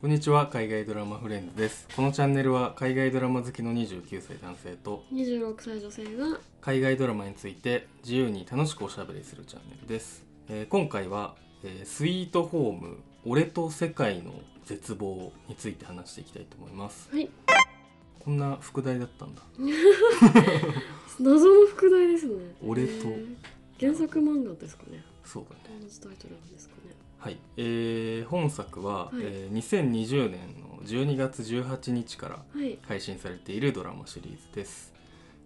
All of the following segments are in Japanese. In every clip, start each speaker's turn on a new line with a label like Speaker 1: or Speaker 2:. Speaker 1: こんにちは海外ドラマフレンズですこのチャンネルは海外ドラマ好きの29歳男性と
Speaker 2: 26歳女性が
Speaker 1: 海外ドラマについて自由に楽しくおしゃべりするチャンネルです、えー今回は、えースイートホーム俺と世界の絶望について話していきたいと思います
Speaker 2: はい
Speaker 1: こんな副題だったんだ
Speaker 2: 謎の副題ですね
Speaker 1: 俺と
Speaker 2: えー原作漫画ですかね
Speaker 1: そうだね
Speaker 2: 同じタイトルなんですかね
Speaker 1: はい、えー本作は、
Speaker 2: はい
Speaker 1: えー2020年の12月18日から
Speaker 2: はい
Speaker 1: 配信されているドラマシリーズです、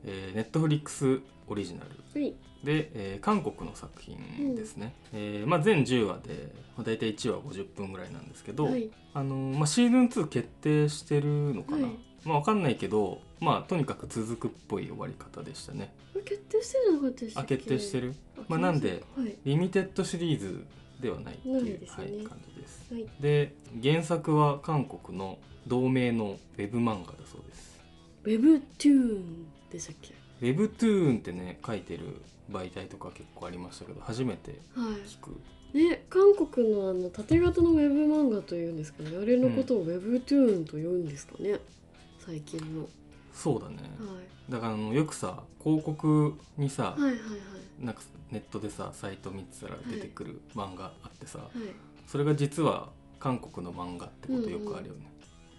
Speaker 1: えー、Netflix オリジナル
Speaker 2: はい
Speaker 1: で、えー韓国の作品ですね、えーまあ、全10話で、まあ、大体1話50分ぐらいなんですけど、
Speaker 2: はい
Speaker 1: あのーまあ、シーズン2決定してるのかな、
Speaker 2: はい
Speaker 1: まあ、わかんないけど、まあ、とにかく続くっぽい終わり方でしたね
Speaker 2: これ決定してるのかって
Speaker 1: あ決定してるまあなんで
Speaker 2: はい
Speaker 1: リミテッドシリーズではないって
Speaker 2: ない
Speaker 1: いう、
Speaker 2: ですよね
Speaker 1: はい、感じです
Speaker 2: はい
Speaker 1: で原作は韓国の同名のウェブ漫画だそうです
Speaker 2: ウェブトゥーンでしたっけ
Speaker 1: ウェブトゥーンってね書いてる媒体とか結構ありましたけど初めて
Speaker 2: はい
Speaker 1: 聞く
Speaker 2: ね、韓国のあの縦型のウェブ漫画というんですかねあれのことをウェブトゥーンと言うんですかね、最近の、は
Speaker 1: そうだね
Speaker 2: い、
Speaker 1: だからあのよくさ広告にさ、
Speaker 2: はいはいはい
Speaker 1: なんかネットでさサイト見てたら出てくる漫画あってさ、
Speaker 2: はい
Speaker 1: それが実は韓国の漫画ってことよくあるよね、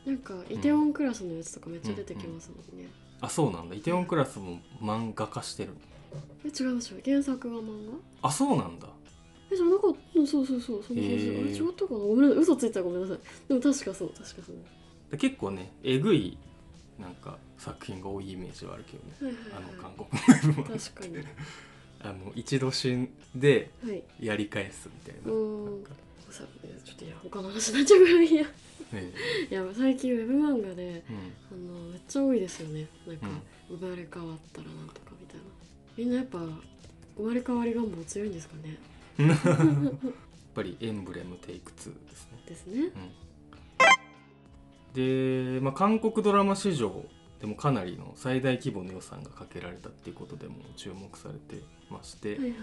Speaker 2: なんかイテウォンクラスのやつとかめっちゃ出てきますもんね、
Speaker 1: あそうなんだイテウォンクラスも漫画化してる
Speaker 2: え違うでしょ原作は漫画
Speaker 1: あそうなんだ
Speaker 2: えじゃあなんかうんそうそうそうそんな感じ
Speaker 1: へー
Speaker 2: あれ違ったかなごめんなさい嘘ついたらごめんなさいでも確かそう確かそう
Speaker 1: で結構ねえぐいなんか作品が多いイメージはあるけどね
Speaker 2: はいはい
Speaker 1: あ
Speaker 2: はい
Speaker 1: の韓国の
Speaker 2: 確かには
Speaker 1: あの一度死んで
Speaker 2: い
Speaker 1: やり返すみたいな
Speaker 2: うん
Speaker 1: なんか、
Speaker 2: さちょっといや他の話になっちゃうぐらいいや
Speaker 1: え
Speaker 2: いや最近ウェブ漫画で
Speaker 1: えうん、
Speaker 2: あのめっちゃ多いですよねなんか、
Speaker 1: うん
Speaker 2: 生まれ変わったらなんとかみたいなみんなやっぱ生まれ変わり願望強いんですかね
Speaker 1: やっぱりエンブレムテイク2ですね。
Speaker 2: ですね
Speaker 1: で、まあ、韓国ドラマ史上でもかなりの最大規模の予算がかけられたっていうことでも注目されてまして、
Speaker 2: はいはい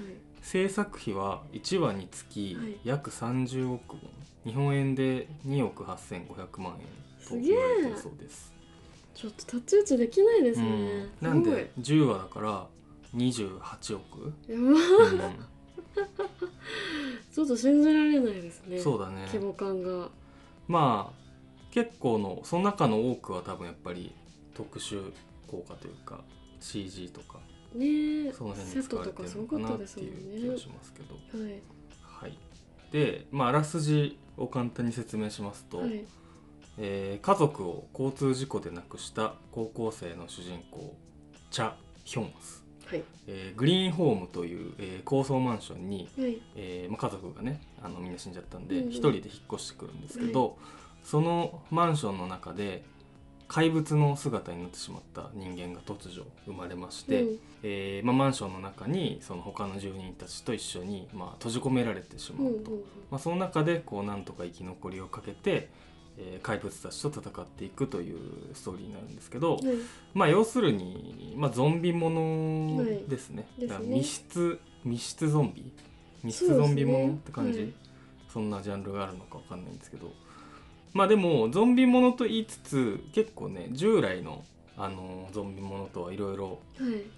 Speaker 1: 制作費は1話につき
Speaker 2: はい
Speaker 1: 約30億ウォン、日本円で2億8500万円と
Speaker 2: すげえ
Speaker 1: 言われてるそうです。
Speaker 2: ちょっと太刀打ちできないですね、
Speaker 1: うん、なんで10話だから28億、
Speaker 2: すごいやば
Speaker 1: う
Speaker 2: ちょっと信じられないですね
Speaker 1: ん、そうだね。
Speaker 2: 規模感が
Speaker 1: まあ結構のその中の多くは多分やっぱり特殊効果というか CG とか
Speaker 2: ねえ
Speaker 1: その辺
Speaker 2: セ
Speaker 1: に
Speaker 2: ッ
Speaker 1: 使
Speaker 2: ト
Speaker 1: われ
Speaker 2: と
Speaker 1: て
Speaker 2: か
Speaker 1: る
Speaker 2: す
Speaker 1: のか
Speaker 2: ごかっ
Speaker 1: なった
Speaker 2: です
Speaker 1: て
Speaker 2: も
Speaker 1: い
Speaker 2: ん
Speaker 1: う気
Speaker 2: ね
Speaker 1: がしますけど、
Speaker 2: はい
Speaker 1: はい、で、まあ、あらすじを簡単に説明しますと、
Speaker 2: はい
Speaker 1: えー家族を交通事故で亡くした高校生の主人公チャ・ヒョンス、
Speaker 2: はい
Speaker 1: えーグリーンホームという、えー高層マンションに
Speaker 2: はい
Speaker 1: えーまあ、家族がねあのみんな死んじゃったんで
Speaker 2: うんうん
Speaker 1: 一、人で引っ越してくるんですけど、そのマンションの中で怪物の姿になってしまった人間が突如生まれまして、
Speaker 2: うん
Speaker 1: えーまあ、マンションの中にその他の住人たちと一緒に、まあ、閉じ込められてし
Speaker 2: う
Speaker 1: ま
Speaker 2: んう
Speaker 1: うんと、
Speaker 2: うん
Speaker 1: まあ、その中でこうなんとか生き残りをかけて、えー怪物たちと戦っていくというストーリーになるんですけど、
Speaker 2: はい
Speaker 1: まあ、要するに、まあ、ゾンビものですね,、
Speaker 2: はい
Speaker 1: だ
Speaker 2: ですね
Speaker 1: から密室密室ゾンビ密室ゾンビものって感じ、
Speaker 2: そうですね
Speaker 1: そんなジャンルがあるのかわかんないんですけどまあでもゾンビものと言いつつ結構ね従来の、あのゾンビものとはいろいろ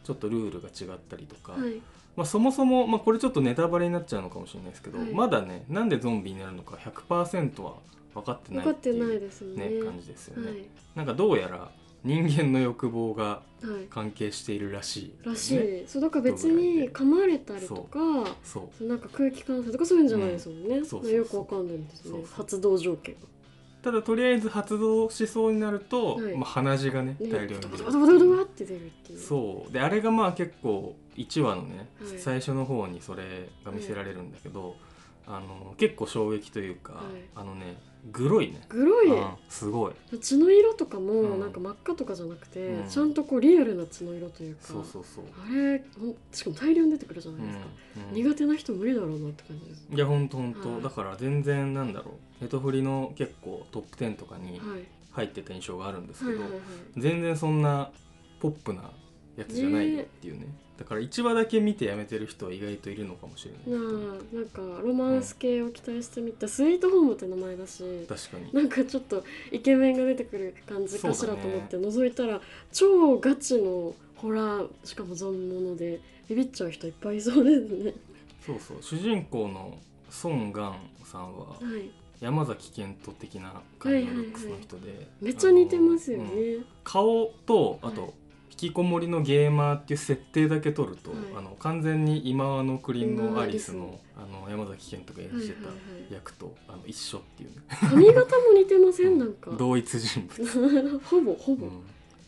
Speaker 1: ちょっとルールが違ったりとか、
Speaker 2: はいはい
Speaker 1: まあ、そもそも、まあ、これちょっとネタバレになっちゃうのかもしれないですけど、
Speaker 2: はい
Speaker 1: まだねなんでゾンビになるのか100%は分かって
Speaker 2: 分
Speaker 1: ない
Speaker 2: か
Speaker 1: っ
Speaker 2: っててない
Speaker 1: いう、
Speaker 2: ですもん
Speaker 1: ね
Speaker 2: ね
Speaker 1: 感じですよね。
Speaker 2: はい
Speaker 1: なんかどうやら人間の欲望が
Speaker 2: はい
Speaker 1: 関係しているらしい、
Speaker 2: らしい、
Speaker 1: ね
Speaker 2: そうだから別に噛まれたりとか
Speaker 1: そ
Speaker 2: そうなんか空気乾燥とかそういうんじゃないですもんね、
Speaker 1: んそうそうそう
Speaker 2: まあよくわかんないんですね
Speaker 1: そうそう
Speaker 2: 発動条件
Speaker 1: うただとりあえず発動しそうになると、
Speaker 2: はい
Speaker 1: まあ、鼻血がね
Speaker 2: ね
Speaker 1: 大量に
Speaker 2: ド
Speaker 1: 出
Speaker 2: バ
Speaker 1: る
Speaker 2: ドバドバドバドバって出るっていう
Speaker 1: そうであれがまあ結構1話のね、
Speaker 2: はい
Speaker 1: 最初の方にそれが見せられるんだけど、あの結構衝撃というか、
Speaker 2: はい
Speaker 1: あのねグロいね、
Speaker 2: グロい
Speaker 1: うんすごい
Speaker 2: 血の色とかも
Speaker 1: うん
Speaker 2: なんか真っ赤とかじゃなくて、
Speaker 1: うん
Speaker 2: ちゃんとこうリアルな血の色というか
Speaker 1: そうそうそう、
Speaker 2: あれほんしかも大量に出てくるじゃないですか、
Speaker 1: うんうん
Speaker 2: 苦手な人無理だろうなって感じです
Speaker 1: いやほんとほんと、
Speaker 2: はい
Speaker 1: だから全然なんだろうネトフリの結構トップ10とかに
Speaker 2: はい
Speaker 1: 入ってた印象があるんです
Speaker 2: は
Speaker 1: け
Speaker 2: い
Speaker 1: ど、
Speaker 2: はいはい
Speaker 1: 全然そんなポップなやつじゃないよっていうねだから1話だけ見てやめてる人は意外といるのかもしれ
Speaker 2: な
Speaker 1: ない
Speaker 2: あなんかロマンス系を期待してみた、スイートホームって名前だし
Speaker 1: 確かに
Speaker 2: なんかちょっとイケメンが出てくる感じかしら
Speaker 1: そうだね
Speaker 2: と思って覗いたら、超ガチのホラーしかもゾンものでビビっちゃう人いっぱいいそうですね。
Speaker 1: そうそう主人公の孫元さんは
Speaker 2: はい、
Speaker 1: 山崎賢人的な感じのルックスの人で、
Speaker 2: めっちゃ似てますよ
Speaker 1: あ
Speaker 2: ね
Speaker 1: の。うん顔とあ
Speaker 2: はい
Speaker 1: と引きこもりのゲーマーっていう設定だけ取ると、
Speaker 2: はい
Speaker 1: あの完全に今のクリン
Speaker 2: 今
Speaker 1: の
Speaker 2: 和
Speaker 1: ア
Speaker 2: の
Speaker 1: リスのあの山崎賢人が演じてた
Speaker 2: はいはいはい
Speaker 1: 役とあの一緒っていうね
Speaker 2: 髪型も似てませんなんか。
Speaker 1: 同一人物、
Speaker 2: ほぼほ
Speaker 1: う
Speaker 2: ぼ。
Speaker 1: ん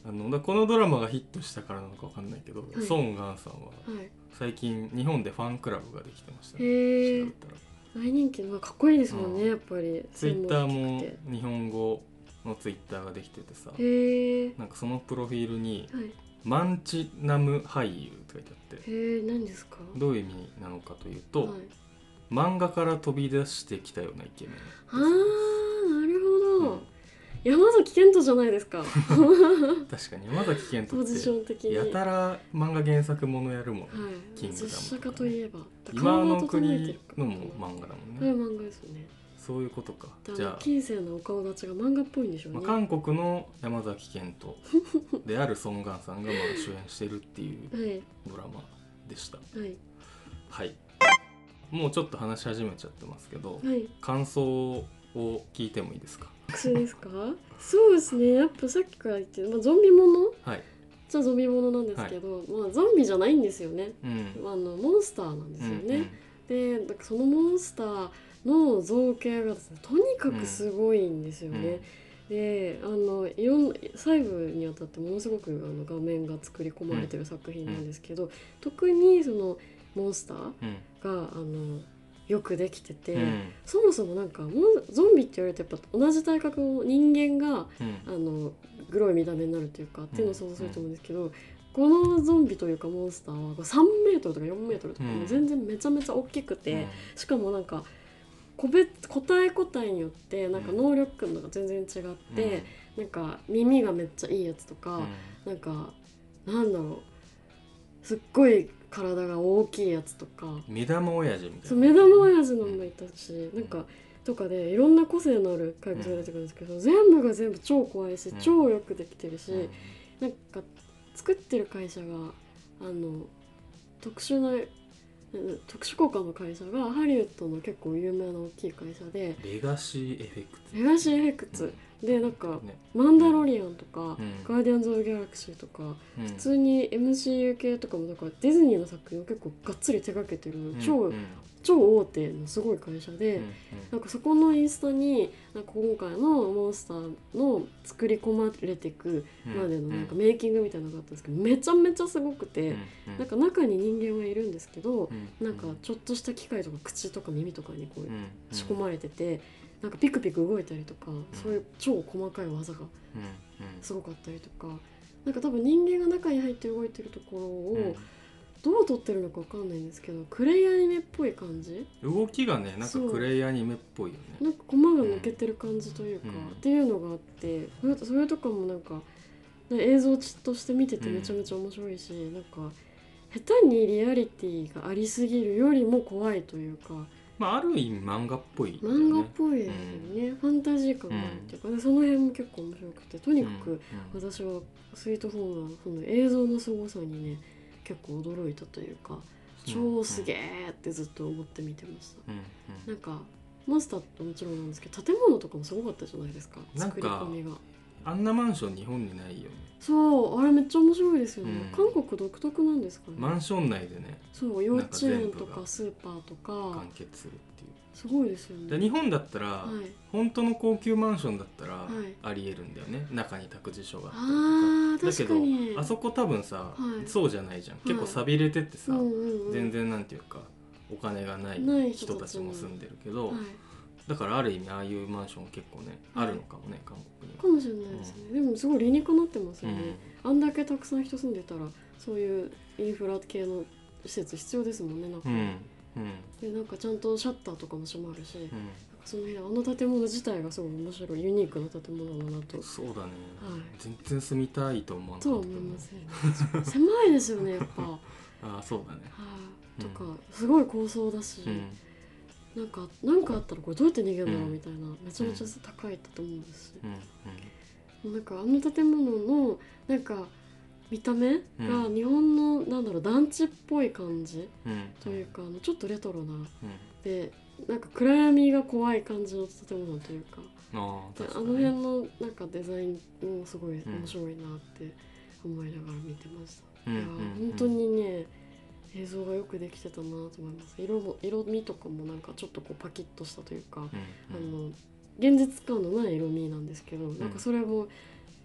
Speaker 1: あのだこのドラマがヒットしたからなのかわかんないけど、
Speaker 2: い
Speaker 1: ソン・ガンさんは
Speaker 2: はい。
Speaker 1: 最近日本でファンクラブができてましたね
Speaker 2: へ
Speaker 1: 調
Speaker 2: え
Speaker 1: べ。たら
Speaker 2: 大人気まあかっこいいですもん
Speaker 1: う
Speaker 2: ね、
Speaker 1: ん
Speaker 2: やっぱり。
Speaker 1: ツイッターも
Speaker 2: 背も
Speaker 1: 日本語のツイッターができててさ
Speaker 2: 低くてへえ。
Speaker 1: なんかそのプロフィールに
Speaker 2: はい。
Speaker 1: 「マンチナム俳優」って書いてあって
Speaker 2: へえ何ですか。
Speaker 1: どういう意味なのかという
Speaker 2: は
Speaker 1: と、
Speaker 2: い、
Speaker 1: 漫画から飛び出してきたようなイケメン
Speaker 2: ああなるほど。
Speaker 1: うん
Speaker 2: 山崎賢人じゃないですか。
Speaker 1: 確かに山崎賢
Speaker 2: ポ
Speaker 1: 人
Speaker 2: ジシ
Speaker 1: っ
Speaker 2: ョン的
Speaker 1: て
Speaker 2: に。
Speaker 1: やたら漫画原作ものやるもん、ね
Speaker 2: はい、
Speaker 1: キングダムとかね
Speaker 2: 雑誌家といえば
Speaker 1: 今の
Speaker 2: て
Speaker 1: 国
Speaker 2: るから
Speaker 1: のも漫画だもん
Speaker 2: これ
Speaker 1: ね、
Speaker 2: 漫画ですよね
Speaker 1: そういうことか
Speaker 2: だ
Speaker 1: じ
Speaker 2: から
Speaker 1: ゃあ、
Speaker 2: 金星のお顔立ちが漫画っぽいんでしょう
Speaker 1: まあ、
Speaker 2: ね、
Speaker 1: 韓国の山崎賢人であるソン・ガンさんがまあ主演してるっていう
Speaker 2: はい
Speaker 1: ドラマでした
Speaker 2: はい
Speaker 1: はいもうちょっと話し始めちゃってますけど
Speaker 2: はい
Speaker 1: 感想を聞いてもいいですか
Speaker 2: 私ですかそうですねやっぱさっきから言ってる、まあ、ゾンビもの
Speaker 1: はい
Speaker 2: じゃゾンビものなんですけど、まあゾンビじゃないんですよね
Speaker 1: うん
Speaker 2: あのモンスターなんですよ
Speaker 1: うんう
Speaker 2: ね
Speaker 1: ん、
Speaker 2: でなんかそのモンスターの造形がですねとにかくすごいんですよね、であのいろん細部にあたってものすごくあの画面が作り込まれてる作品なんですけど、特にそのモンスター
Speaker 1: うん
Speaker 2: があのよくできてて、
Speaker 1: うん
Speaker 2: そもそもなんかモンゾンビって言われるとやっぱ同じ体格の人間が
Speaker 1: うん
Speaker 2: あのグロい見た目になるというかっていうのを想像すると思うんですけど、このゾンビというかモンスターは3メートルとか4メートルとか、
Speaker 1: うん
Speaker 2: 全然めちゃめちゃ大きくて。しかもなんか個別個体個体によってなんか能力のが全然違って、なんか耳がめっちゃいいやつとか、
Speaker 1: うん
Speaker 2: なんかなんだろうすっごい体が大きいやつとか、
Speaker 1: 目玉親父みたい
Speaker 2: そう
Speaker 1: な
Speaker 2: 目玉親父のもいたし、なんかとかでいろんな個性のある怪物が出てくるんですけど、全部が全部超怖いし、
Speaker 1: うん
Speaker 2: 超よくできてるし、
Speaker 1: うん
Speaker 2: なんか作ってる会社があの特殊なうん特殊効果の会社がハリウッドの結構有名な大きい会社で
Speaker 1: レガシーエフェクツ
Speaker 2: レガシーエフェクツでなんか
Speaker 1: ね
Speaker 2: 「マンダロリアン」とか
Speaker 1: うん
Speaker 2: 「ガーディアンズ・オブ・ギャラクシー」とか
Speaker 1: うん
Speaker 2: 普通に MCU 系とかもなんかディズニーの作品を結構がっつり手掛けてる
Speaker 1: う
Speaker 2: 超
Speaker 1: んうん
Speaker 2: 超大手のすごい会社
Speaker 1: う
Speaker 2: で
Speaker 1: んうん
Speaker 2: なんかそこのインスタになんか今回のモンスターの作り込まれていくまでのなんかメイキングみたいなのがあったんですけどめちゃめちゃすごく
Speaker 1: う
Speaker 2: て
Speaker 1: んうん
Speaker 2: なんか中に人間はいるんですけど
Speaker 1: う
Speaker 2: なんかちょっとした機械とか口とか耳とかに
Speaker 1: う
Speaker 2: こ
Speaker 1: んう
Speaker 2: うん仕込まれててなんかピクピク動いたりとかそういう超細かい技が
Speaker 1: うんうん
Speaker 2: すごかったりとかなんか多分人間が中に入って動いてるところをどう撮ってるのかわかんないんですけどクレイアニメっぽい感じ
Speaker 1: うん動きがねなんか
Speaker 2: そう
Speaker 1: クレイアニメっぽいよね
Speaker 2: なんか駒が抜けてる感じというか、
Speaker 1: うん
Speaker 2: っていうのがあってそれそれとかもなんか映像として見ててめちゃめちゃ面白いし、なんか下手にリアリティがありすぎるよりも怖いというか
Speaker 1: まあある意味漫画っぽいよね
Speaker 2: 漫画っぽいですよね、ファンタジー感があるっていうか、でその辺も結構面白くてとにか
Speaker 1: うん
Speaker 2: く私はスイートホームはその映像のすごさにね結構驚いたというか超すげ
Speaker 1: え
Speaker 2: ーってずっと思って見てました。なんかモンスターってもちろんなんですけど建物とかもすごかったじゃないですか
Speaker 1: なんか
Speaker 2: 作り込みが
Speaker 1: あんなマンション日本にないよね
Speaker 2: そうあれめっちゃ面白いですよね、
Speaker 1: うん
Speaker 2: 韓国独特なんですかね、
Speaker 1: マンション内でね
Speaker 2: そう幼稚園
Speaker 1: な
Speaker 2: と
Speaker 1: んか全部
Speaker 2: か
Speaker 1: が
Speaker 2: スーパーとか
Speaker 1: 完結するっていう
Speaker 2: すごいですよ
Speaker 1: で
Speaker 2: ね
Speaker 1: 日本だったら
Speaker 2: はい、
Speaker 1: 本当の高級マンションだったら
Speaker 2: はい
Speaker 1: ありえるんだよね中に託児所があったりとか
Speaker 2: あー
Speaker 1: だけど
Speaker 2: 確かに
Speaker 1: あそこ多分さ、
Speaker 2: はい
Speaker 1: そうじゃないじゃん結構
Speaker 2: はい
Speaker 1: さびれてってさ、
Speaker 2: うんうんうん、
Speaker 1: 全然なんていうかお金がな
Speaker 2: ない
Speaker 1: い
Speaker 2: 人
Speaker 1: 人
Speaker 2: た
Speaker 1: た
Speaker 2: ち
Speaker 1: ち
Speaker 2: も
Speaker 1: も住んでるけど、
Speaker 2: はい
Speaker 1: だからある意味ああいうマンション結構ね、
Speaker 2: はい
Speaker 1: あるのかもね韓国には
Speaker 2: かもしれないですね、でもすごい理にかなってますよね、あんだけたくさん人住んでたらそういうインフラ系の施設必要ですもんねなんか、
Speaker 1: うんうんうん
Speaker 2: でなんかちゃんとシャッターとかも閉まるし、
Speaker 1: うん
Speaker 2: そのねあの建物自体がすごい面白いユニークな建物だなと
Speaker 1: そうだね、
Speaker 2: はい
Speaker 1: 全然住みたいと思わなか
Speaker 2: とは
Speaker 1: っ
Speaker 2: 思
Speaker 1: た
Speaker 2: い
Speaker 1: な
Speaker 2: ますね狭いですよねやっぱは
Speaker 1: ああそうだね
Speaker 2: いとかすごい高層だし、
Speaker 1: うん
Speaker 2: なんかなんかあったらこれどうやって逃げるんだろう
Speaker 1: うん
Speaker 2: みたいな、めちゃめちゃ高い建物ですし、
Speaker 1: うん
Speaker 2: なんかあの建物のなんか見た目が
Speaker 1: うん
Speaker 2: 日本のなんだろう団地っぽい感じ
Speaker 1: うんうん
Speaker 2: というかあのちょっとレトロな
Speaker 1: うん
Speaker 2: でなんか暗闇が怖い感じの建物というか
Speaker 1: ああ
Speaker 2: で
Speaker 1: 確か
Speaker 2: あの
Speaker 1: に
Speaker 2: 辺のなんかデザインもすごい面白いなって思いながら見てました。
Speaker 1: うん
Speaker 2: いや
Speaker 1: うんうん
Speaker 2: 本当にね映像がよくできてたなと思います色も色味とかもなんかちょっとこうパキッとしたというか、
Speaker 1: うん
Speaker 2: あ
Speaker 1: うん
Speaker 2: の現実感のない色味なんですけど、なんかそれも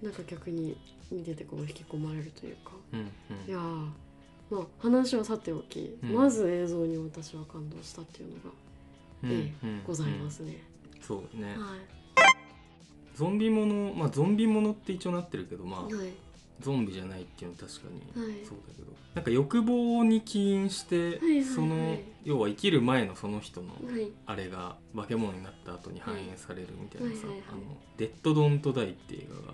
Speaker 2: なんか逆に見ててこう引き込まれるというか
Speaker 1: うんうん
Speaker 2: いやーまあ話はさておき、
Speaker 1: うん
Speaker 2: まず映像に私は感動したっていうのが
Speaker 1: うん
Speaker 2: え
Speaker 1: うん
Speaker 2: ございますね、
Speaker 1: うんそうね
Speaker 2: はい
Speaker 1: ゾンビものまあゾンビものって一応なってるけどまあ
Speaker 2: はい
Speaker 1: ゾンビじゃないっていうのは確かに
Speaker 2: はい
Speaker 1: そうだけどなんか欲望に起因して
Speaker 2: はいはいはい
Speaker 1: その要は生きる前のその人の
Speaker 2: はい
Speaker 1: あれが化け物になった後に反映されるみたいなさ
Speaker 2: はいはい
Speaker 1: 「
Speaker 2: は
Speaker 1: あ
Speaker 2: いはい
Speaker 1: のデッド・ドント・ダイ」って映画が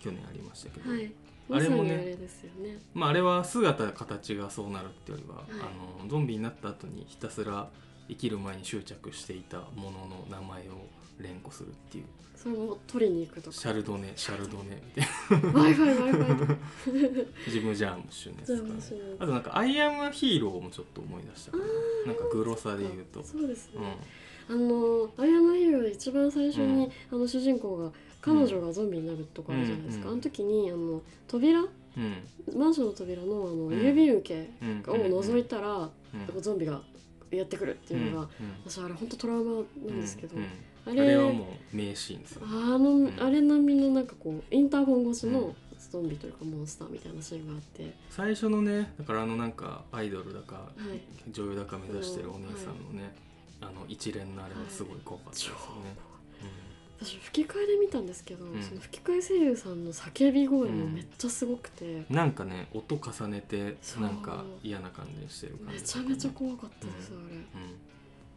Speaker 1: 去年ありましたけど、
Speaker 2: はい
Speaker 1: あ
Speaker 2: ま
Speaker 1: れ
Speaker 2: さ
Speaker 1: もね
Speaker 2: にあれですよね
Speaker 1: まあ、あれは姿形がそうなるってよりは、
Speaker 2: い
Speaker 1: あのゾンビになった後にひたすら生きる前に執着していたものの名前を連呼するっていう
Speaker 2: それも取りに行くと か
Speaker 1: シャルドネシャルドネみたいな
Speaker 2: ワイファイワイフ ァイとか
Speaker 1: ジム・ジャームッシュのや
Speaker 2: じゃあ
Speaker 1: つ
Speaker 2: 面
Speaker 1: とか
Speaker 2: 白
Speaker 1: ね
Speaker 2: い
Speaker 1: あとなんか「アイ・アム・ヒーロー」もちょっと思い出したかななんかグロさで言うと。
Speaker 2: そうですね、
Speaker 1: うん
Speaker 2: あの「アイアムヒーロー」で一番最初に、あの主人公が彼女がゾンビになるとこあるじゃないですか、
Speaker 1: うんうん
Speaker 2: あの時にあの扉
Speaker 1: うん
Speaker 2: マンションの扉のあの
Speaker 1: ん
Speaker 2: 郵便受
Speaker 1: うん
Speaker 2: けを覗いたら、
Speaker 1: うんうん
Speaker 2: ゾンビがやってくるっていうのが、
Speaker 1: うん
Speaker 2: 私あれ本当トラウマなんですけど、
Speaker 1: うんうん
Speaker 2: あ
Speaker 1: あれ
Speaker 2: れ
Speaker 1: はもう名シーンですよ、
Speaker 2: あの、
Speaker 1: ん
Speaker 2: あれ並みのなんかこうインターホン越し
Speaker 1: う
Speaker 2: の
Speaker 1: ん
Speaker 2: ゾンビというかモンスターみたいなシーンがあって、
Speaker 1: 最初のねだからあのなんかアイドルだか、
Speaker 2: はい
Speaker 1: 女優だか目指してるお姉さんのね、あの一連のあれはすごい怖かったです
Speaker 2: 超
Speaker 1: よ
Speaker 2: 怖い
Speaker 1: ね、
Speaker 2: 私吹き替えで見たんですけど、
Speaker 1: ん
Speaker 2: その吹き替え声優さんの叫び声もめっちゃすごくて、
Speaker 1: うんなんかね音重ねて
Speaker 2: そう
Speaker 1: なんか嫌な感じしてる感
Speaker 2: め
Speaker 1: じ
Speaker 2: ちゃめちゃ怖かったです、
Speaker 1: う
Speaker 2: あ
Speaker 1: う
Speaker 2: れ。
Speaker 1: ん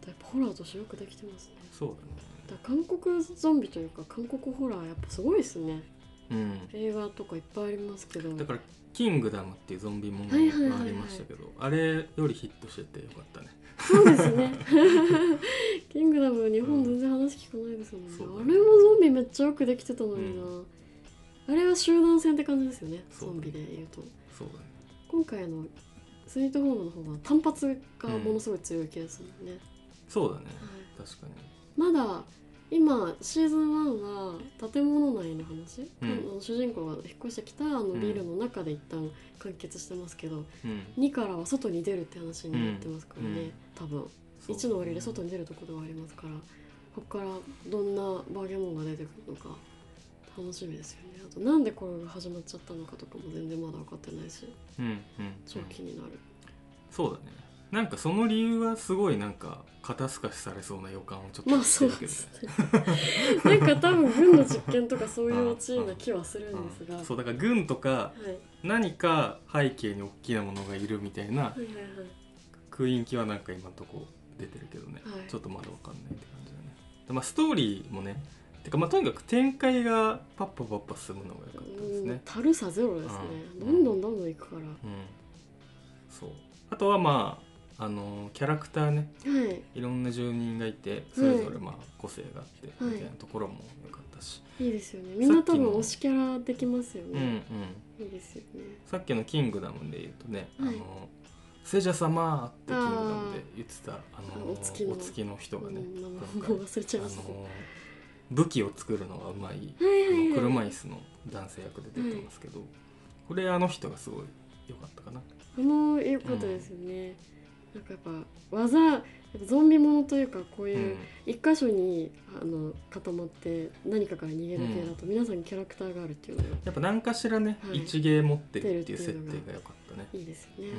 Speaker 2: やっぱホラーとしてよくできてますね
Speaker 1: そう
Speaker 2: だから韓国ゾンビというか韓国ホラーやっぱすごいですね
Speaker 1: だねうん
Speaker 2: 映画とかいっぱいありますけど
Speaker 1: だから「キングダム」っていうゾンビもの
Speaker 2: はいはいはいはい
Speaker 1: がありましたけど、あれよりヒットしててよかったね
Speaker 2: そうで すねキングダム日本全然話聞かないですもんね、
Speaker 1: そうだ
Speaker 2: あ
Speaker 1: ね
Speaker 2: れもゾンビめっちゃよくできてたのにな、
Speaker 1: う
Speaker 2: あれは集団戦って感じですよね
Speaker 1: そう
Speaker 2: ゾ
Speaker 1: だ
Speaker 2: ン
Speaker 1: ね
Speaker 2: ビでいうと
Speaker 1: そうだね
Speaker 2: 今回のスイートホームの方は単発がものすごい強いケースもんね、
Speaker 1: そうだね
Speaker 2: はい
Speaker 1: 確かに
Speaker 2: まだ今シーズン1は建物内の話、
Speaker 1: うん
Speaker 2: あの主人公が引っ越してきたあの
Speaker 1: ん
Speaker 2: ビルの中で一旦完結してますけど、
Speaker 1: うん
Speaker 2: 2からは外に出るって話になってますからね、
Speaker 1: うん
Speaker 2: 多分
Speaker 1: そう
Speaker 2: 1の終わりで外に出るところではありますからここからどんなバゲモンが出てくるのか楽しみですよねあとなんでこれが始まっちゃったのかとかも全然まだ分かってないし
Speaker 1: うんうん
Speaker 2: 超気になる、
Speaker 1: そうだねなんかその理由はすごいなんか肩透かしされそうな予感をちょっ
Speaker 2: ま
Speaker 1: と
Speaker 2: あ
Speaker 1: して
Speaker 2: そう
Speaker 1: るけ
Speaker 2: で
Speaker 1: どね
Speaker 2: すねなんか多分軍の実験とかそういうオチな気はするんですが、
Speaker 1: うんそうだから軍とか
Speaker 2: はい
Speaker 1: 何か背景に大きなものがいるみたいな
Speaker 2: はいはいはい
Speaker 1: 空気はなんか今んとこ出てるけどね、
Speaker 2: はい
Speaker 1: ちょっとまだわかんないって感じだねでまあストーリーもねてかまあとにかく展開がパッパパッパ進むのが良かったです
Speaker 2: うん
Speaker 1: ね
Speaker 2: たるさゼロですね
Speaker 1: うん
Speaker 2: どんどんどんどんいくからは
Speaker 1: うん、そうあとはまああのーキャラクターね
Speaker 2: い
Speaker 1: いろんな住人がいてそれぞれまあ個性があって
Speaker 2: はい
Speaker 1: みたいなところも良かったし、
Speaker 2: いいですよねみんな多分
Speaker 1: さっきの
Speaker 2: 推しキャラできますよ
Speaker 1: うんう
Speaker 2: ね、
Speaker 1: ん
Speaker 2: いいですよね
Speaker 1: さっきの「キングダム」で言うとね「
Speaker 2: はい
Speaker 1: あの聖者様」って「キングダム」で言ってたあの
Speaker 2: お月の
Speaker 1: お月の人がね
Speaker 2: うん名前
Speaker 1: 今回
Speaker 2: もう忘れちゃいました
Speaker 1: あ
Speaker 2: ね、
Speaker 1: の武器を作るのがうまい
Speaker 2: はい
Speaker 1: あ
Speaker 2: はい
Speaker 1: の
Speaker 2: はい
Speaker 1: 車椅子の男性役で出てますけど、これあの人がすごい良かったかな。
Speaker 2: あの良かったですよね、なんかやっぱ技やっぱゾンビものというかこう
Speaker 1: う
Speaker 2: いうん一箇所にあの固まって何かから逃げる系だと皆さんキャラクターがあるっていうのが
Speaker 1: やっぱ何かしらね、
Speaker 2: はい
Speaker 1: 一芸持ってるっていう
Speaker 2: 持って
Speaker 1: 設
Speaker 2: るってい
Speaker 1: 定
Speaker 2: うのが
Speaker 1: が良かったね。
Speaker 2: いいですよね、
Speaker 1: う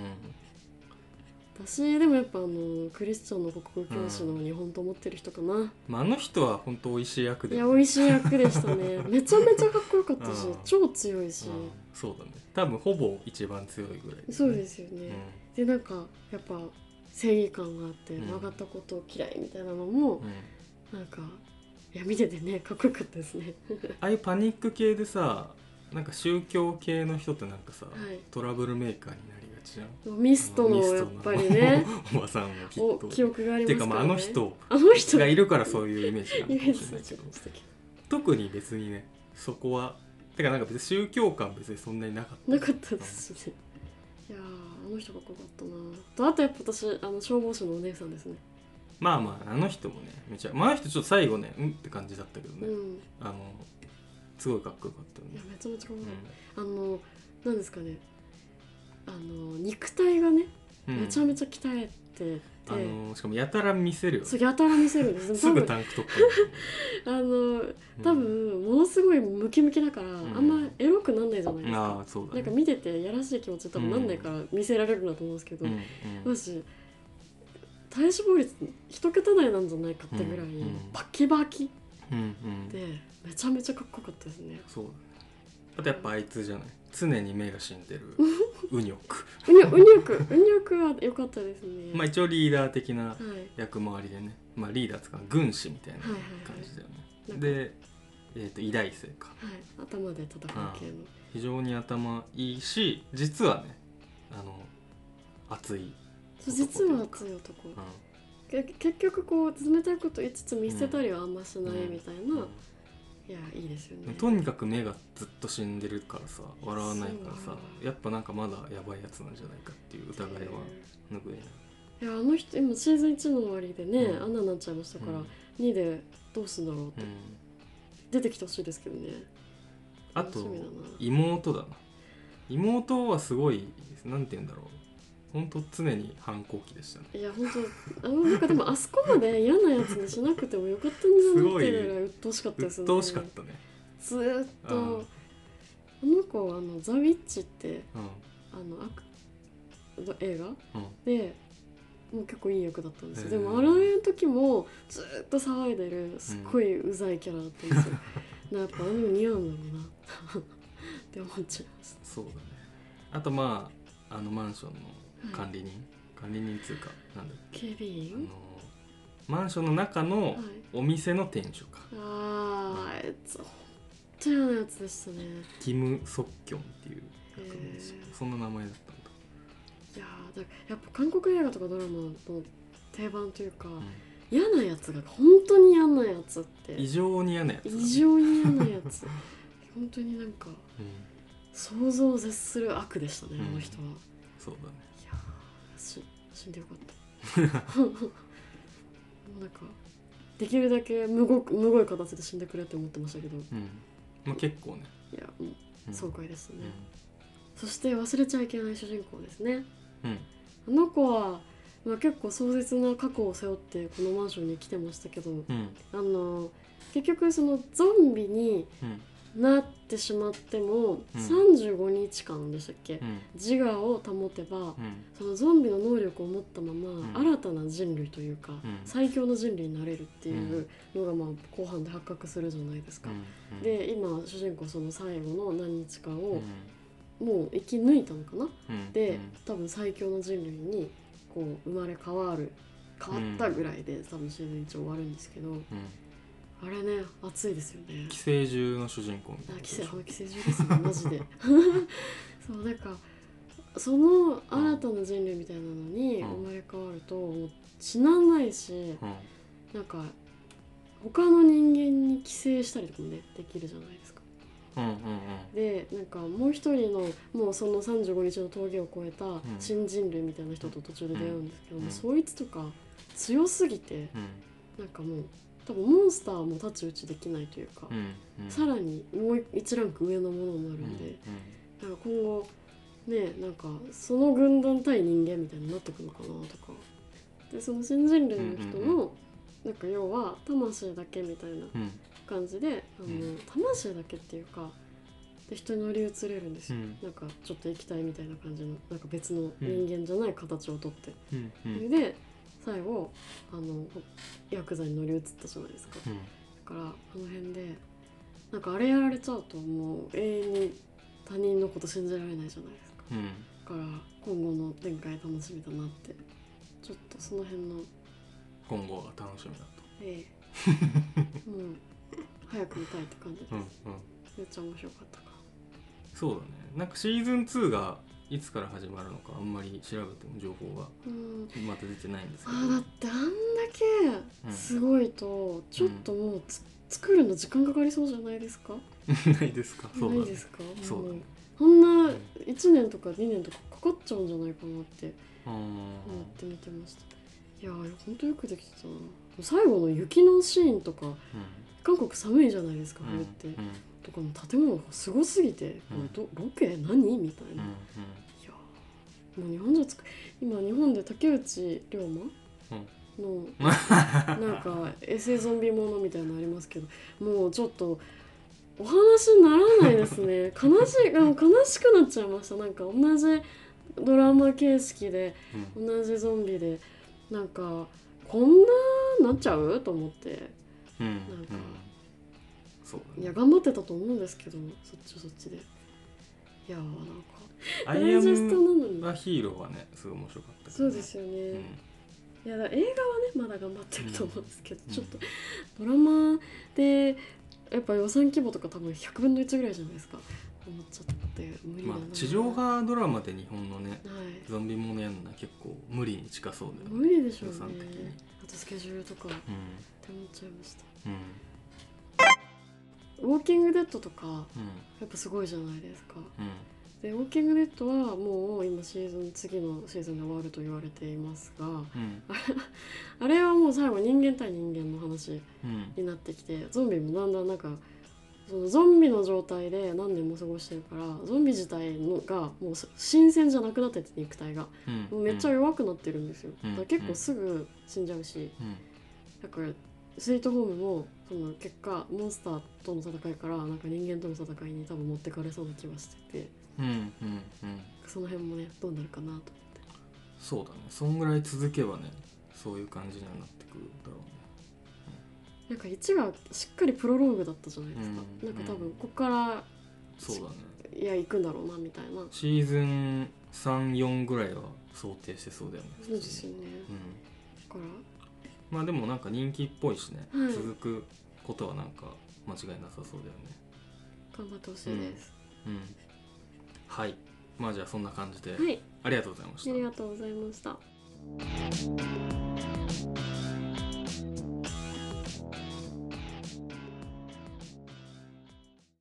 Speaker 2: 私でもやっぱあのクリスチャンの国語教師の日本と思ってる人かな、
Speaker 1: んまあ、あの人は本当美味しい役
Speaker 2: い
Speaker 1: で、
Speaker 2: や美味しい役でした ねめちゃめちゃかっこよかったし
Speaker 1: うん
Speaker 2: 超強いし
Speaker 1: うんそうだね多分ほぼ一番強いぐらい、、
Speaker 2: そうですすよ
Speaker 1: う
Speaker 2: ね
Speaker 1: ん、
Speaker 2: でなんかやっぱ正義感があって
Speaker 1: うん
Speaker 2: 曲がったことを嫌いみたいなのも
Speaker 1: うん
Speaker 2: なんかいや見ててねかっこよかったですね
Speaker 1: ああいうパニック系でさなんか宗教系の人ってなんかさ、
Speaker 2: はい
Speaker 1: トラブルメーカーになりがちじゃん
Speaker 2: ミストの
Speaker 1: ミ
Speaker 2: やっぱりね
Speaker 1: おばさんはきっ
Speaker 2: お
Speaker 1: と
Speaker 2: 記憶があり
Speaker 1: て
Speaker 2: ま
Speaker 1: いう
Speaker 2: す
Speaker 1: か
Speaker 2: か、
Speaker 1: ら
Speaker 2: ね、
Speaker 1: まああの人
Speaker 2: あの人
Speaker 1: がいるからそういうイメージな
Speaker 2: イ
Speaker 1: の
Speaker 2: メ
Speaker 1: かも
Speaker 2: ー
Speaker 1: し
Speaker 2: ジ
Speaker 1: れないけ
Speaker 2: さ
Speaker 1: ど
Speaker 2: れてましたけ
Speaker 1: 特に別にねそこはてかなんか別に宗教感別にそんなになかった
Speaker 2: どなかったですねいやーあの人かっこよかったなとあとやっぱ私あの消防士のお姉さんですね
Speaker 1: まあまああの人もねめちゃまああの人ちょっと最後ねうんって感じだったけど
Speaker 2: う
Speaker 1: ね、
Speaker 2: ん
Speaker 1: あのすごいかっこよかったよ
Speaker 2: いや
Speaker 1: ね、
Speaker 2: めちゃめちゃかっこ
Speaker 1: う
Speaker 2: よ
Speaker 1: ん
Speaker 2: かった、あのなんですかねあの肉体がね、
Speaker 1: うん
Speaker 2: めちゃめちゃ鍛えてて、
Speaker 1: あのしかもやたら見せるよね
Speaker 2: そうやたら見せるんです
Speaker 1: すぐ
Speaker 2: 多分
Speaker 1: タンクトップ
Speaker 2: あの
Speaker 1: に
Speaker 2: 多、分ものすごいムキムキだから、
Speaker 1: ん
Speaker 2: あんまエロくなんないじゃないですか、
Speaker 1: ああそうだ、
Speaker 2: な
Speaker 1: ね、
Speaker 2: んか見ててやらしい気持ち多分なんないから見せられるんだと思うんですけど、
Speaker 1: うんう
Speaker 2: マ
Speaker 1: ん、
Speaker 2: ジ体脂肪率一桁台なんじゃないかってぐらい、
Speaker 1: うんうん
Speaker 2: バキバキ
Speaker 1: うんうん
Speaker 2: でめちゃめちゃかっこよかったですね。
Speaker 1: そうだねあとやっぱあいつじゃない常に目が死んで るウニョク
Speaker 2: うにょうにょくうにょくは良かったですね。
Speaker 1: まあ一応リーダー的な
Speaker 2: はい
Speaker 1: 役回りでね、まあ、リーダーつか軍師みたいな
Speaker 2: はいはい
Speaker 1: 感じだよね、
Speaker 2: なんか
Speaker 1: で、えー、と偉大生か
Speaker 2: はい、頭で戦う系の。
Speaker 1: 非常に頭いいし実はねあの熱い、
Speaker 2: そう実は熱い男。
Speaker 1: う
Speaker 2: け結局こう冷たいこと言いつつ見捨てたりはあんましないみたい
Speaker 1: ん
Speaker 2: な。いやいいですよね。
Speaker 1: とにかく目がずっと死んでるからさ笑わないから
Speaker 2: そう
Speaker 1: さ
Speaker 2: なんだ
Speaker 1: やっぱなんかまだやばいやつなんじゃないかっていう疑いは拭えない、
Speaker 2: いやあの人今シーズン1の終わりでね、
Speaker 1: うん
Speaker 2: あんなになっちゃいましたから、
Speaker 1: うん
Speaker 2: 2でどうすんだろうって、
Speaker 1: うん
Speaker 2: 出てきてほしいですけどね
Speaker 1: あ
Speaker 2: 楽
Speaker 1: と
Speaker 2: しみだな
Speaker 1: 妹だな妹はすごいなんて言うんだろうほんと常に反抗期でしたね
Speaker 2: いや本当あのなんかでもあそこまで嫌なやつにしなくてもよかったんじゃないっていうぐらい鬱陶しかったです
Speaker 1: 鬱
Speaker 2: ね
Speaker 1: 陶しかったね
Speaker 2: ずーっと、
Speaker 1: うん
Speaker 2: あの子あのザ・ウィッチって
Speaker 1: う
Speaker 2: あの悪の映画
Speaker 1: んうん
Speaker 2: でもう結構いい役だったんですよ、
Speaker 1: へー
Speaker 2: でもあらゆる時もずーっと騒いでるすっごいうざいキャラだったんですよ、 なやっぱあの似合うのになって思っちゃいます
Speaker 1: そうだねあとまああのマンションの管理人、管理人っつうかなんだっ
Speaker 2: 警備
Speaker 1: け、
Speaker 2: 員
Speaker 1: あのマンションの中の
Speaker 2: はい
Speaker 1: お店の店主か、
Speaker 2: あーあいつほんと嫌なやつでしたね
Speaker 1: キム・ソッキョンっていう
Speaker 2: へ
Speaker 1: 役名でした
Speaker 2: ー
Speaker 1: そんな名前だったんだ、
Speaker 2: いやーだやっぱ韓国映画とかドラマの定番というか、
Speaker 1: うん
Speaker 2: 嫌なやつが本当に嫌なやつって
Speaker 1: 異常に嫌なやつだね、
Speaker 2: 異常に嫌なやつ本当になんか
Speaker 1: うん
Speaker 2: 想像を絶する悪でしたね、あの人は
Speaker 1: そうだね
Speaker 2: いやーし死んでよかったもうなんかできるだけむごくむごい形で死んでくれって思ってましたけどい
Speaker 1: うんまあ結構ね、
Speaker 2: やもう
Speaker 1: うん、
Speaker 2: 爽快でしたね、
Speaker 1: う
Speaker 2: そして忘れちゃいけない主人公ですね
Speaker 1: ん、うん
Speaker 2: あの子は、まあ、結構壮絶な過去を背負ってこのマンションに来てましたけど
Speaker 1: うん
Speaker 2: あの結局そのゾンビに
Speaker 1: うん
Speaker 2: なってしまっても、
Speaker 1: うん
Speaker 2: 35日間でしたっけ、
Speaker 1: うん
Speaker 2: 自我を保てば、
Speaker 1: うん
Speaker 2: そのゾンビの能力を持ったまま、
Speaker 1: うん
Speaker 2: 新たな人類というか、
Speaker 1: ん
Speaker 2: 最強の人類になれるっていうのがまあ後半で発覚するじゃないですか。
Speaker 1: うん
Speaker 2: で今主人公その最後の何日間
Speaker 1: うん
Speaker 2: をもう生き抜いたのかな、
Speaker 1: うん
Speaker 2: で多分最強の人類にこう生まれ変わる変わったぐらいで多分シーズン1終わるんですけど、
Speaker 1: うんうん
Speaker 2: あれね熱いですよね
Speaker 1: 寄。生獣の主人公みたい
Speaker 2: あ
Speaker 1: な
Speaker 2: 寄生あの寄生獣ですね マジでそうなんかその新たな人類みたいなのに
Speaker 1: うん
Speaker 2: 生まれ変わるともう死なないし
Speaker 1: うん
Speaker 2: なんか他の人間に寄生したりとかもねできるじゃないですか
Speaker 1: うんうんうん
Speaker 2: でなんかもう一人のもうその35日の峠を越えた新人類みたいな人と途中で出会うんですけど、
Speaker 1: うん
Speaker 2: もうそいつとか強すぎて
Speaker 1: うん
Speaker 2: なんかもう多分モンスターも太刀打ちできないというか、
Speaker 1: うんうん
Speaker 2: さらにもう一ランク上のものになるんで、
Speaker 1: う
Speaker 2: なんか今後ねなんかその軍団対人間みたいになってくのかなとかでその新人類の人
Speaker 1: うんうん
Speaker 2: のなんか要は魂だけみたいなん
Speaker 1: うん
Speaker 2: 感じであ
Speaker 1: うん
Speaker 2: の魂だけっていうかで人に乗り移れるんです
Speaker 1: う
Speaker 2: よ、
Speaker 1: ん
Speaker 2: なんかちょっと液体みたいな感じのなんか別の人間じゃない形をとって、
Speaker 1: うんうん
Speaker 2: それで最後あのヤクザに乗り移ったじゃないですか
Speaker 1: うん
Speaker 2: だからあの辺でなんかあれやられちゃうともう永遠に他人のこと信じられないじゃないですか
Speaker 1: うん
Speaker 2: だから今後の展開楽しみだなってちょっとその辺の
Speaker 1: 今後が楽しみだと
Speaker 2: ええもう早く見たいって感じです、
Speaker 1: うんうん、
Speaker 2: めっちゃ面白かったか
Speaker 1: そうだねなんかシーズン2がいつから始まるのかあんまり調べても情報が
Speaker 2: らうん
Speaker 1: また出てないんですけど
Speaker 2: あだってあんだけすごいとちょっともうつ、作るの時間かかりそうじゃないですか、
Speaker 1: ないですかそう
Speaker 2: ない
Speaker 1: だ
Speaker 2: で
Speaker 1: ね
Speaker 2: すか
Speaker 1: そうだ
Speaker 2: も
Speaker 1: ね
Speaker 2: そんな1年とか2年とかかかっちゃうんじゃないかなって
Speaker 1: うー
Speaker 2: 思っ
Speaker 1: ん
Speaker 2: て見てましたいやーほんとよくできてたな最後の雪のシーンとか韓国寒いじゃないですか
Speaker 1: うん
Speaker 2: 冬って、
Speaker 1: うんうん
Speaker 2: とかも建物がすごすぎ
Speaker 1: う
Speaker 2: て、これ
Speaker 1: ん
Speaker 2: どロケ何みたいな、
Speaker 1: う
Speaker 2: い
Speaker 1: ん
Speaker 2: やーもう日本じゃ作今日本で竹内涼真 の、なんかエセゾンビものみたいなのありますけどもうちょっとお話にならないです ね悲しいあの悲しくなっちゃいましたなんか同じドラマ形式で
Speaker 1: うんうん
Speaker 2: 同じゾンビでなんかこんななっちゃうと思って
Speaker 1: うんうん
Speaker 2: なんか
Speaker 1: そうだ
Speaker 2: い
Speaker 1: ね
Speaker 2: や頑張ってたと思うんですけどそっちそっちでいやーなんか
Speaker 1: ア
Speaker 2: ダ
Speaker 1: イ
Speaker 2: イジ
Speaker 1: ア
Speaker 2: ェスト
Speaker 1: ム
Speaker 2: なのに
Speaker 1: はヒーローはねすごい面白かったけどね
Speaker 2: そうですよ
Speaker 1: う
Speaker 2: ね
Speaker 1: ん、
Speaker 2: いやだから映画はねまだ頑張ってると思うんですけど、
Speaker 1: うん
Speaker 2: ちょっとドラマでやっぱ予算規模とか多分100分の1ぐらいじゃないですか思っちゃって無理だ
Speaker 1: ま
Speaker 2: な、
Speaker 1: あ地上波ドラマで日本のね
Speaker 2: はい
Speaker 1: ゾンビものやるのは結構無理に近そうだよね
Speaker 2: 無理でしょうね
Speaker 1: 予算的に
Speaker 2: あとスケジュールとかって思っちゃいました
Speaker 1: うんうん
Speaker 2: 「ウォーキングデッド」とか
Speaker 1: うん
Speaker 2: やっぱすごいじゃないですか
Speaker 1: うん
Speaker 2: で「ウォーキングデッド」はもう今シーズン次のシーズンで終わると言われていますが
Speaker 1: うん
Speaker 2: あれはもう最後人間対人間の話
Speaker 1: うん
Speaker 2: になってきてゾンビもだんだんなんかそのゾンビの状態で何年も過ごしてるからゾンビ自体のがもう新鮮じゃなくなってて肉体が
Speaker 1: うん
Speaker 2: もうめっちゃ弱くなってるんですよ、
Speaker 1: うん
Speaker 2: だから結構すぐ死んじゃうし
Speaker 1: うん
Speaker 2: だからスイートホームもその結果モンスターとの戦いからなんか人間との戦いに多分持ってかれそうな気はしてて
Speaker 1: うんうんうん
Speaker 2: その辺もねどうなるかなと思って
Speaker 1: そうだねそんぐらい続けばねそういう感じにはなってくるだろうね
Speaker 2: なんか1がしっかりプロローグだったじゃないですか、
Speaker 1: うん
Speaker 2: なんか多分こっから
Speaker 1: そうだね
Speaker 2: いや行くんだろうなみたいな
Speaker 1: シーズン34ぐらいは想定してそうだよね
Speaker 2: そうですよね
Speaker 1: うん
Speaker 2: だから
Speaker 1: まあでもなんか人気っぽいしね、
Speaker 2: はい
Speaker 1: 続くことはなんか間違いなさそうだよね
Speaker 2: 頑張ってほしいです、
Speaker 1: うんはいまあじゃあそんな感じで、
Speaker 2: はい
Speaker 1: ありがとうございました
Speaker 2: ありがとうございました